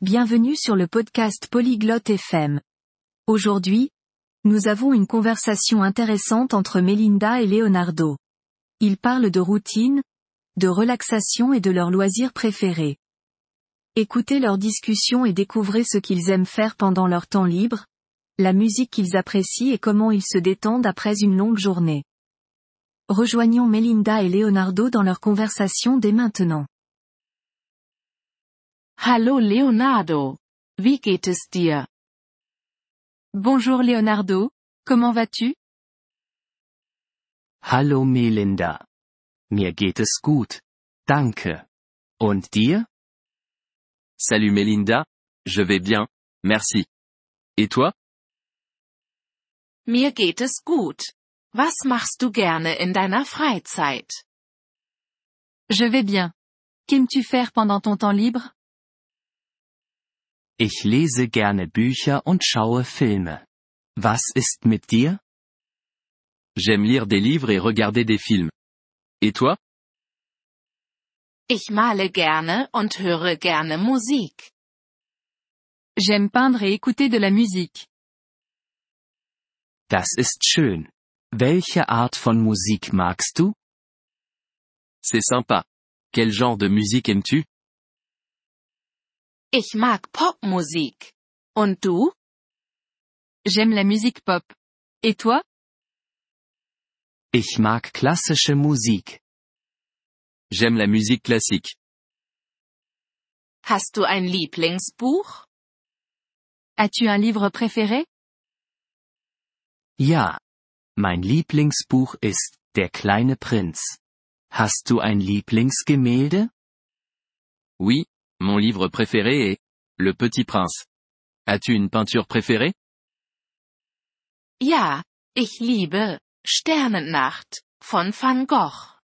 Bienvenue sur le podcast Polyglotte FM. Aujourd'hui, nous avons une conversation intéressante entre Melinda et Leonardo. Ils parlent de routine, de relaxation et de leurs loisirs préférés. Écoutez leur discussion et découvrez ce qu'ils aiment faire pendant leur temps libre, la musique qu'ils apprécient et comment ils se détendent après une longue journée. Rejoignons Melinda et Leonardo dans leur conversation dès maintenant. Hallo Leonardo. Wie geht es dir? Bonjour Leonardo, comment vas-tu Hallo Melinda. Mir geht es gut. Danke. Und dir? Salut Melinda, je vais bien, merci. Et toi Mir geht es gut. Was machst du gerne in deiner Freizeit? Je vais bien. Qu'aimes-tu faire pendant ton temps libre Ich lese gerne Bücher und schaue Filme. Was ist mit dir? J'aime lire des livres et regarder des films. Et toi Ich male gerne und höre gerne Musik. J'aime peindre et écouter de la musique. Das ist schön. Welche Art von Musik magst du? C'est sympa. Quel genre de musique aimes-tu Ich mag Popmusik. Und du? J'aime la musique pop. Et toi Ich mag klassische Musik. J'aime la musique classique. Hast du ein Lieblingsbuch? As-tu un livre préféré Ja. Mein Lieblingsbuch ist Der kleine Prinz. Hast du ein Lieblingsgemälde? Oui, mon livre préféré est Le Petit Prince. As-tu une peinture préférée Ja, ich liebe Sternennacht von Van Gogh.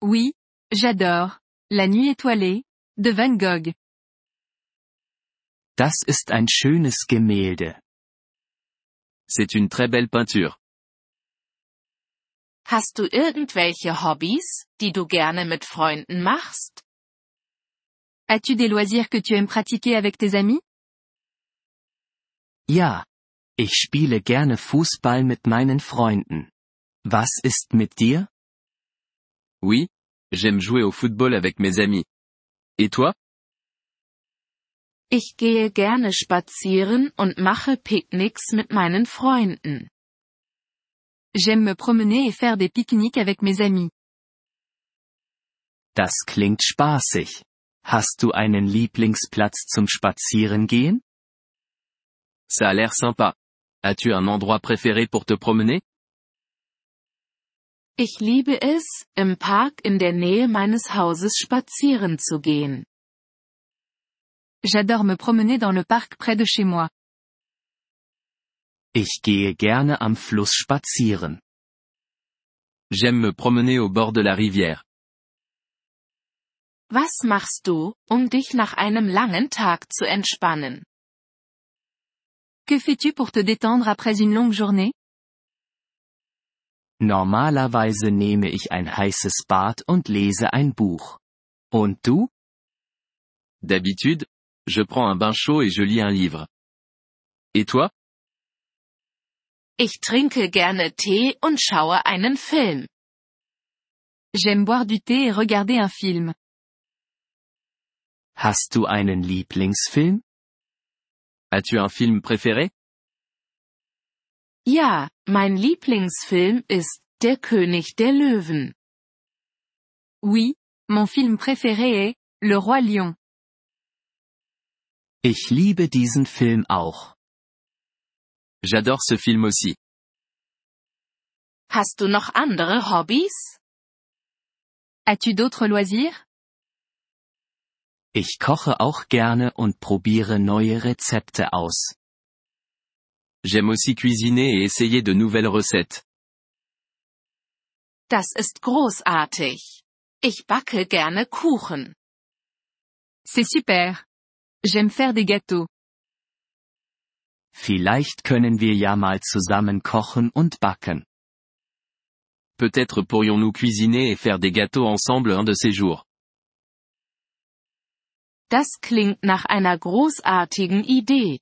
Oui, j'adore. La nuit étoilée, de Van Gogh. Das ist ein schönes Gemälde. C'est une très belle peinture. Hast du irgendwelche Hobbys, die du gerne mit Freunden machst? As-tu des loisirs que tu aimes pratiquer avec tes amis Ja. Ich spiele gerne Fußball mit meinen Freunden. Was ist mit dir? Oui, j'aime jouer au football avec mes amis. Et toi Ich gehe gerne spazieren und mache Picknicks mit meinen Freunden. J'aime me promener et faire des pique-niques avec mes amis. Das klingt spaßig. Hast du einen Lieblingsplatz zum Spazierengehen? Ça a l'air sympa. As-tu un endroit préféré pour te promener Ich liebe es, im Park in der Nähe meines Hauses spazieren zu gehen. J'adore me promener dans le parc près de chez moi. Ich gehe gerne am Fluss spazieren. J'aime me promener au bord de la rivière. Was machst du, um dich nach einem langen Tag zu entspannen? Que fais-tu pour te détendre après une longue journée Normalerweise nehme ich ein heißes Bad und lese ein Buch. Und du? D'habitude, je prends un bain chaud et je lis un livre. Et toi Ich trinke gerne Tee und schaue einen Film. J'aime boire du thé et regarder un film. Hast du einen Lieblingsfilm? As-tu un film préféré Ja, mein Lieblingsfilm ist Der König der Löwen. Oui, mon film préféré est Le Roi Lion. Ich liebe diesen Film auch. J'adore ce film aussi. Hast du noch andere Hobbys? As-tu d'autres loisirs Ich koche auch gerne und probiere neue Rezepte aus. J'aime aussi cuisiner et essayer de nouvelles recettes. Das ist großartig. Ich backe gerne Kuchen. C'est super. J'aime faire des gâteaux. Vielleicht können wir ja mal zusammen kochen und backen. Peut-être pourrions-nous cuisiner et faire des gâteaux ensemble un de ces jours. Das klingt nach einer großartigen Idee.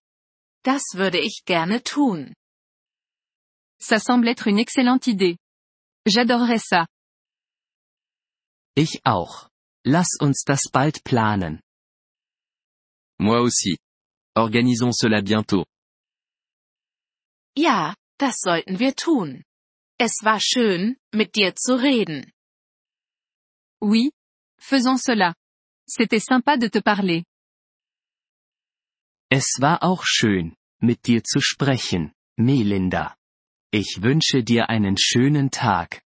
Das würde ich gerne tun. Ça semble être une excellente idée. J'adorerais ça. Ich auch. Lass uns das bald planen. Moi aussi. Organisons cela bientôt. Ja, das sollten wir tun. Es war schön, mit dir zu reden. Oui. Faisons cela. C'était sympa de te parler. Es war auch schön, mit dir zu sprechen, Melinda. Ich wünsche dir einen schönen Tag.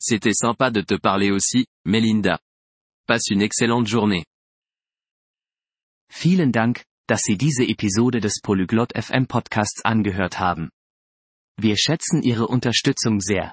C'était sympa de te parler aussi, Melinda. Passe une excellente journée. Vielen Dank, dass Sie diese Episode des Polyglot FM Podcasts angehört haben. Wir schätzen Ihre Unterstützung sehr.